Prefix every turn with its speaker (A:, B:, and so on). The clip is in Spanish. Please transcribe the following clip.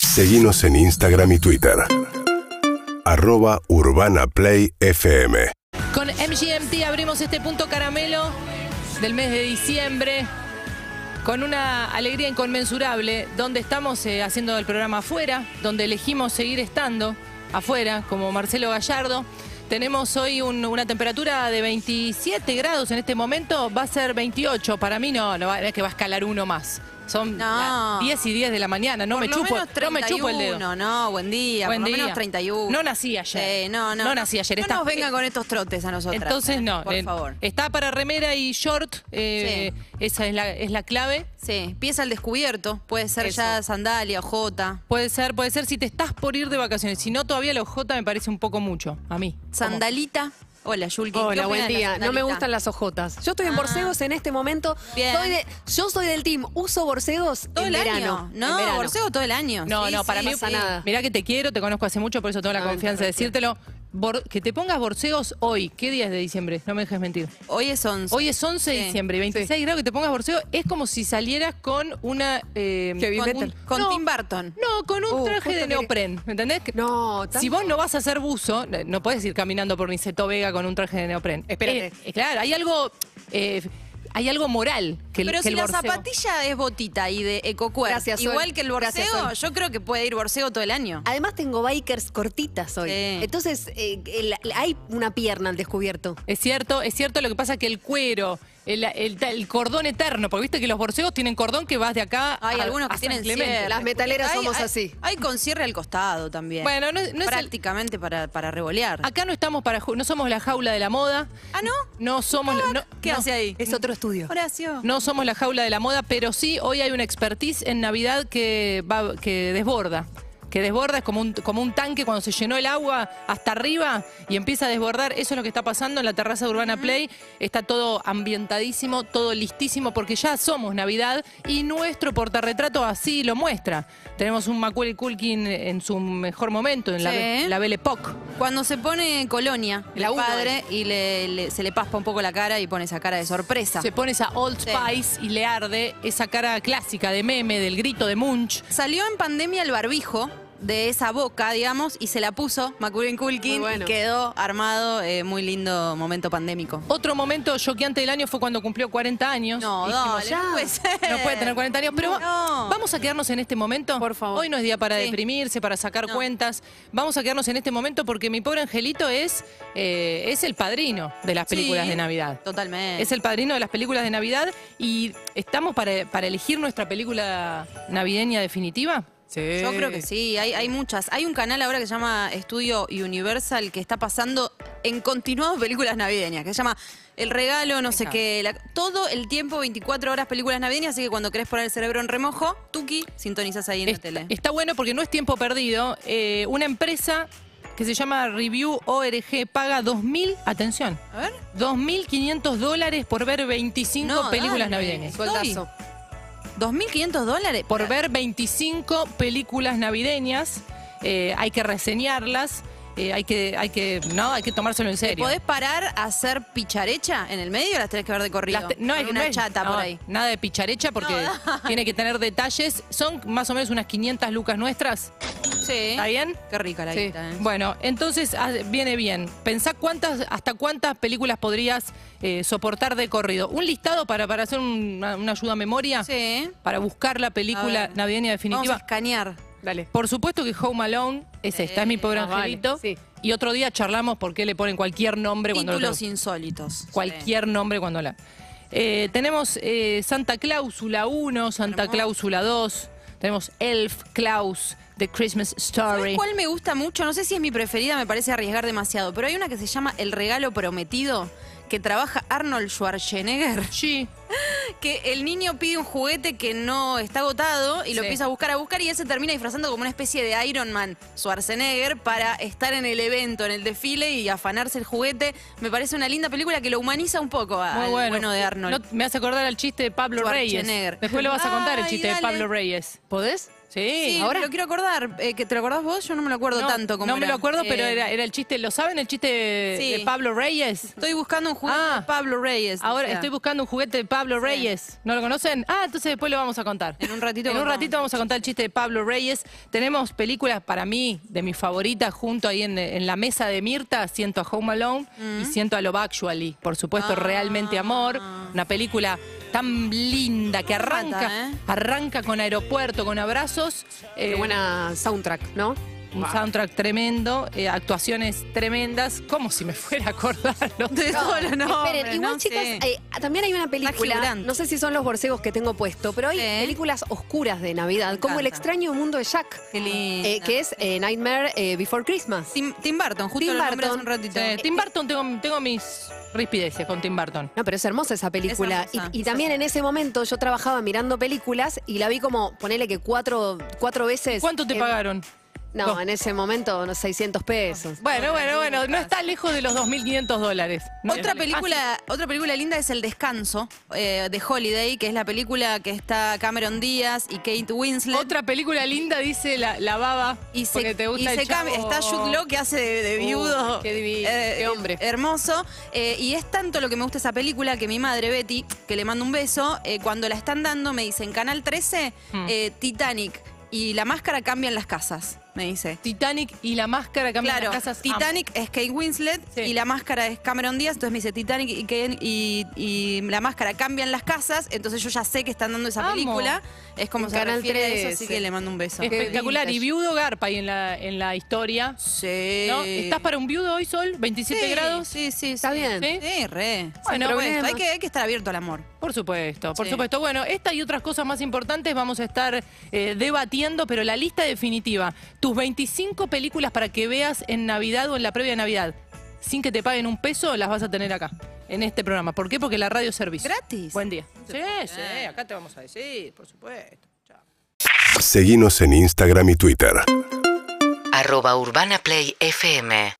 A: Seguimos en Instagram y Twitter. Arroba Urbana Play FM.
B: Con MGMT abrimos este punto caramelo del mes de diciembre con una alegría inconmensurable, donde estamos eh, haciendo el programa afuera, donde elegimos seguir estando afuera, como Marcelo Gallardo. Tenemos hoy un- una temperatura de 27 grados en este momento, va a ser 28. Para mí no, no, va- no es que va a escalar uno más. Son
C: No.
B: las 10 y 10 de la mañana, no,
C: Por
B: me
C: lo
B: chupo,
C: menos
B: no me chupo el dedo.
C: 31, No, buen día.
B: Buen
C: por lo
B: día.
C: menos 31.
B: No nací ayer.
C: Sí, Eh, no, no.
B: No nací ayer,
C: No
B: está-
C: nos vengan con estos trotes a nosotros.
B: Entonces no,
C: Por
B: eh,
C: favor.
B: está para remera y short, eh, esa es la, es la clave.
C: Sí, pieza al descubierto. Puede ser
B: Eso.
C: ya sandalia, jota.
B: Puede ser, puede ser si te estás por ir de vacaciones, si no todavía la OJ me parece un poco mucho a mí.
C: Sandalita. Hola, Yulki.
D: Hola, buen día. No me gustan las ojotas. Yo estoy en
C: Ah.
D: borcegos en este momento.
C: Bien.
D: Soy de- yo soy del team uso borcegos
C: Todo
D: en
C: el
D: verano.
C: año.
D: en
C: No,
D: verano.
C: borcego todo el año.
B: No,
C: Sí,
B: no,
C: sí,
B: para mí
D: pasa nada.
B: Mirá que te quiero, te conozco hace mucho, por eso tengo la
D: No,
B: confianza de decírtelo. Bor- que te pongas borseos hoy. ¿Qué día es de diciembre? No me dejes mentir.
C: Hoy es 11.
B: Hoy es 11 de
C: Sí.
B: diciembre, 26 grados, que te pongas borseo es como si salieras con una... eh,
D: Heavy
B: con
D: metal.
B: un-
C: Con
B: no,
C: Tim Burton.
B: No, con un
D: Uh,
B: traje
D: justo
B: de
D: quería-
B: neopren, ¿me entendés? Que-
D: No, tan-
B: Si vos no vas a ser buzo, eh, no podés ir caminando por Niceto Vega con un traje de neopren.
D: Espérate.
B: Eh, eh, claro, hay algo, eh, hay algo moral que el,
C: Pero
B: que
C: si
B: el
C: la
B: borseo.
C: zapatilla es botita y de ecocuer,
D: Gracias, Sol.
C: igual que el
D: Gracias,
C: borcego,
D: Sol.
C: yo creo que puede ir borcego todo el año.
D: Además tengo bikers cortitas hoy.
C: Sí.
D: Entonces eh, el- hay una pierna al descubierto.
B: Es cierto, es cierto lo que pasa que el cuero, el, el- el cordón eterno, porque viste que los borseos tienen cordón que vas de acá
C: Hay
B: a-
C: algunos
B: a
C: que
B: San
C: tienen
B: Clemente.
C: cierre.
D: Las metaleras
C: Hay-
D: somos
C: hay-
D: así.
C: Hay con cierre al costado también.
B: Bueno, no, es- no es el-
C: prácticamente para, para revolear.
B: acá no estamos para, ju- no somos la jaula de la moda.
C: ¿Ah, no?
B: No somos, la- no-
C: ¿Qué
B: no.
C: hace ahí?
D: Es otro estudio.
C: Horacio.
B: No somos la jaula de la moda, pero sí hoy hay una expertise en Navidad que, va- que desborda. Que desborda, es como un, como un tanque cuando se llenó el agua hasta arriba y empieza a desbordar. Eso es lo que está pasando en la terraza de Urbana Play. Está todo ambientadísimo, todo listísimo, porque ya somos Navidad y nuestro portarretrato así lo muestra. Tenemos un Macaulay Culkin en su mejor momento, en la,
C: Sí.
B: Be- la Belle Époque.
C: Cuando se pone colonia,
D: La
C: el
D: uno
B: eh.
C: padre, y le, le- se le paspa un poco la cara y pone esa cara de sorpresa.
B: Se pone esa Old
C: Sí.
B: Spice y le arde esa cara clásica de meme, del grito de Munch.
C: Salió en pandemia el barbijo de esa boca, digamos, y se la puso Macurin Culkin
D: Muy bueno.
C: y quedó armado. eh, muy lindo momento pandémico.
B: Otro momento choqueante del año fue cuando cumplió 40 años.
C: No,
B: Dijimos,
C: dale,
D: ya.
C: no puede ser.
B: No puede tener 40 años, pero
C: No.
B: vamos a quedarnos en este momento.
D: Por favor.
B: Hoy no es día para
C: Sí.
B: deprimirse, para sacar cuentas. Vamos a quedarnos en este momento porque mi pobre angelito es, eh, es el padrino de las películas
C: Sí,
B: de Navidad.
C: Totalmente.
B: Es el padrino de las películas de Navidad y estamos para, para elegir nuestra película navideña definitiva. Sí.
C: Yo creo que sí, hay, hay muchas. Hay un canal ahora que se llama Estudio Universal que está pasando en continuado películas navideñas, que se llama El Regalo, no sé
B: encanta.
C: qué. la- todo el tiempo, 24 horas películas navideñas, así que cuando querés poner el cerebro en remojo, tuki, sintonizas ahí en
B: Está,
C: la tele.
B: está bueno porque no es tiempo perdido. Eh, una empresa que se llama Review ORG paga 2.000, atención,
C: A ver.
B: 2.500 dólares por ver 25
C: No,
B: películas
C: dale.
B: navideñas.
D: Sueldazo.
C: 2.500 dólares.
B: Por ver 25 películas navideñas, eh, hay que reseñarlas, eh, hay, que, hay, que, no, hay que tomárselo en serio.
C: ¿Podés parar a hacer picharecha en el medio o las tenés que ver de corrido?
B: Las te- no
C: Con
B: es-
C: una
B: no es-
C: chata
B: no,
C: por ahí.
B: Nada de picharecha porque tiene que tener detalles. Son más o menos unas 500 lucas nuestras.
C: Sí.
B: ¿Está bien?
C: Qué rica la
D: Sí.
C: guita, ¿eh?
B: Bueno, entonces ah, viene bien. Pensá cuántas, hasta cuántas películas podrías eh, soportar de corrido. Un listado para, para hacer un- una, una ayuda a memoria,
C: Sí.
B: para buscar la
C: A
B: película
C: ver.
B: navideña
C: Vamos a
B: definitiva.
C: escanear.
D: Dale.
B: Por supuesto que Home Alone es esta, es
C: Eh,
B: mi pobre
D: más vale,
B: angelito.
D: sí.
B: Y otro día charlamos por qué le ponen cualquier nombre cuando lo
C: Títulos
B: traducen.
C: insólitos.
B: Cualquier nombre cuando la. Eh, tenemos eh, Santa Cláusula 1, Santa
C: Hermoso.
B: Cláusula 2, tenemos Elf, Klaus, The Christmas
C: ¿Sabes
B: Story.
C: cuál me gusta mucho? No sé si es mi preferida, me parece arriesgar demasiado, pero hay una que se llama El regalo prometido, que trabaja Arnold Schwarzenegger,
B: Sí.
C: que el niño pide un juguete que no está agotado y lo
B: Sí.
C: empieza a buscar, a buscar y él se termina disfrazando como una especie de Iron Man Schwarzenegger para estar en el evento, en el desfile y afanarse el juguete. Me parece una linda película que lo humaniza un poco a-
B: Muy
C: al
B: bueno.
C: bueno. de Arnold.
B: No- me hace acordar al chiste de Pablo Reyes.
C: Schwarzenegger.
B: Después lo vas a contar el
C: Ay,
B: chiste de
C: dale.
B: Pablo Reyes.
D: ¿Podés?
B: Sí,
C: Sí,
B: ahora
C: ahora lo quiero acordar. eh, que- ¿Te lo acordás vos? Yo no me lo acuerdo
B: no,
C: tanto como
B: no me
C: era.
B: lo acuerdo, pero
C: Eh,
B: era, era el chiste, ¿lo saben? El chiste de-
C: Sí.
B: de Pablo Reyes.
C: Estoy buscando un juguete
B: Ah.
C: de Pablo Reyes.
B: Ahora
C: decía.
B: estoy buscando un juguete de Pablo Reyes. ¿No lo conocen? Ah, entonces después lo vamos a contar.
C: En un ratito
B: En un
C: contamos.
B: ratito vamos a contar el chiste de Pablo Reyes. Tenemos películas para mí, de mis favoritas, junto ahí en, en la mesa de Mirta. Siento a Home Alone
C: Mm.
B: y siento a Love Actually. Por
C: Ah.
B: supuesto, Realmente Amor. Una película tan linda que arranca,
C: Mata, ¿eh?
B: arranca con aeropuerto, con abrazos.
D: Qué
B: eh,
D: buena soundtrack, ¿no?
B: un soundtrack tremendo, eh, actuaciones tremendas, como si me fuera a acordarlo.
C: De solo, no. hombre,
D: Esperen, igual,
C: no
D: chicas,
C: sé.
D: eh, también hay una película.
C: gigante.
D: No sé si son los borcegos que tengo puesto, pero hay
C: Sí.
D: películas oscuras de Navidad,
C: Me
D: como El
C: encanta.
D: extraño mundo de Jack,
C: Qué linda.
D: eh, que es eh, Nightmare eh, Before Christmas.
C: Tim, Tim Burton, justo
D: Tim
C: lo nombré hace un
D: Burton.
C: ratito.
B: Sí, Eh, Tim Burton, tengo, tengo mis rispideces con Tim Burton.
D: No, pero es hermosa esa película.
C: Es hermosa,
D: y, y
C: es
D: también en ese momento yo trabajaba mirando películas y la vi como, ponele que cuatro, cuatro veces.
B: ¿Cuánto te
D: en-
B: pagaron?
D: No,
B: Dos.
D: en ese momento unos 600 pesos.
B: Bueno, bueno, bueno, no está lejos de los 2.500 dólares. No
C: Otra
B: está lejos.
C: película, otra película linda es El Descanso eh, de Holiday, que es la película que está Cameron Díaz y Kate Winslet.
B: Otra película linda, dice la, la baba.
C: y
B: porque
C: se,
B: te gusta
C: y
B: el
C: se cambia-
B: chavo.
C: está Jude Law que hace de, de
B: Uh,
C: viudo. Eh,
B: qué divino, qué hombre.
C: Hermoso. Eh, y es tanto lo que me gusta esa película que mi madre, Betty, que le mando un beso, eh, cuando la están dando me dice en Canal 13,
B: Hmm.
C: eh, Titanic, y la máscara cambia en las casas, me dice.
B: Titanic y la Ah, máscara cambian
C: Claro,
B: las casas.
C: Titanic es Kate Winslet
B: Sí.
C: y la máscara es Cameron Díaz, entonces me dice Titanic y, Kate- y- y la máscara cambian las casas, entonces yo ya sé que están dando esa
B: Amo.
C: película, es como
D: En
C: se
D: Canal
C: refiere a eso, así
D: 13.
C: que le mando un beso.
B: Am. Espectacular.
D: Qué
B: Y
D: vintage.
B: viudo Garpa ahí en la, en la historia.
C: Sí.
B: ¿no? ¿Estás para un viudo hoy, Sol? ¿27
C: Sí,
B: grados?
C: Sí, sí,
D: Está
C: sí.
D: bien.
B: ¿Sí?
C: Sí, re.
B: Bueno,
C: Sin
B: bueno.
C: problema. hay, que, hay que estar abierto al amor.
B: Por supuesto, por
C: Sí.
B: supuesto. Bueno, esta y otras cosas más importantes vamos a estar eh, debatiendo, pero la lista definitiva, tus 25 películas para que veas en Navidad o en la previa de Navidad, sin que te paguen un peso, las vas a tener acá, en este programa. ¿Por qué? Porque la radio es servicio.
C: ¿Gratis?
B: Buen día. Sí,
C: sí,
B: eh, acá te vamos a decir, por supuesto.
A: Seguinos en Instagram y Twitter.
E: arroba Urbana Play FM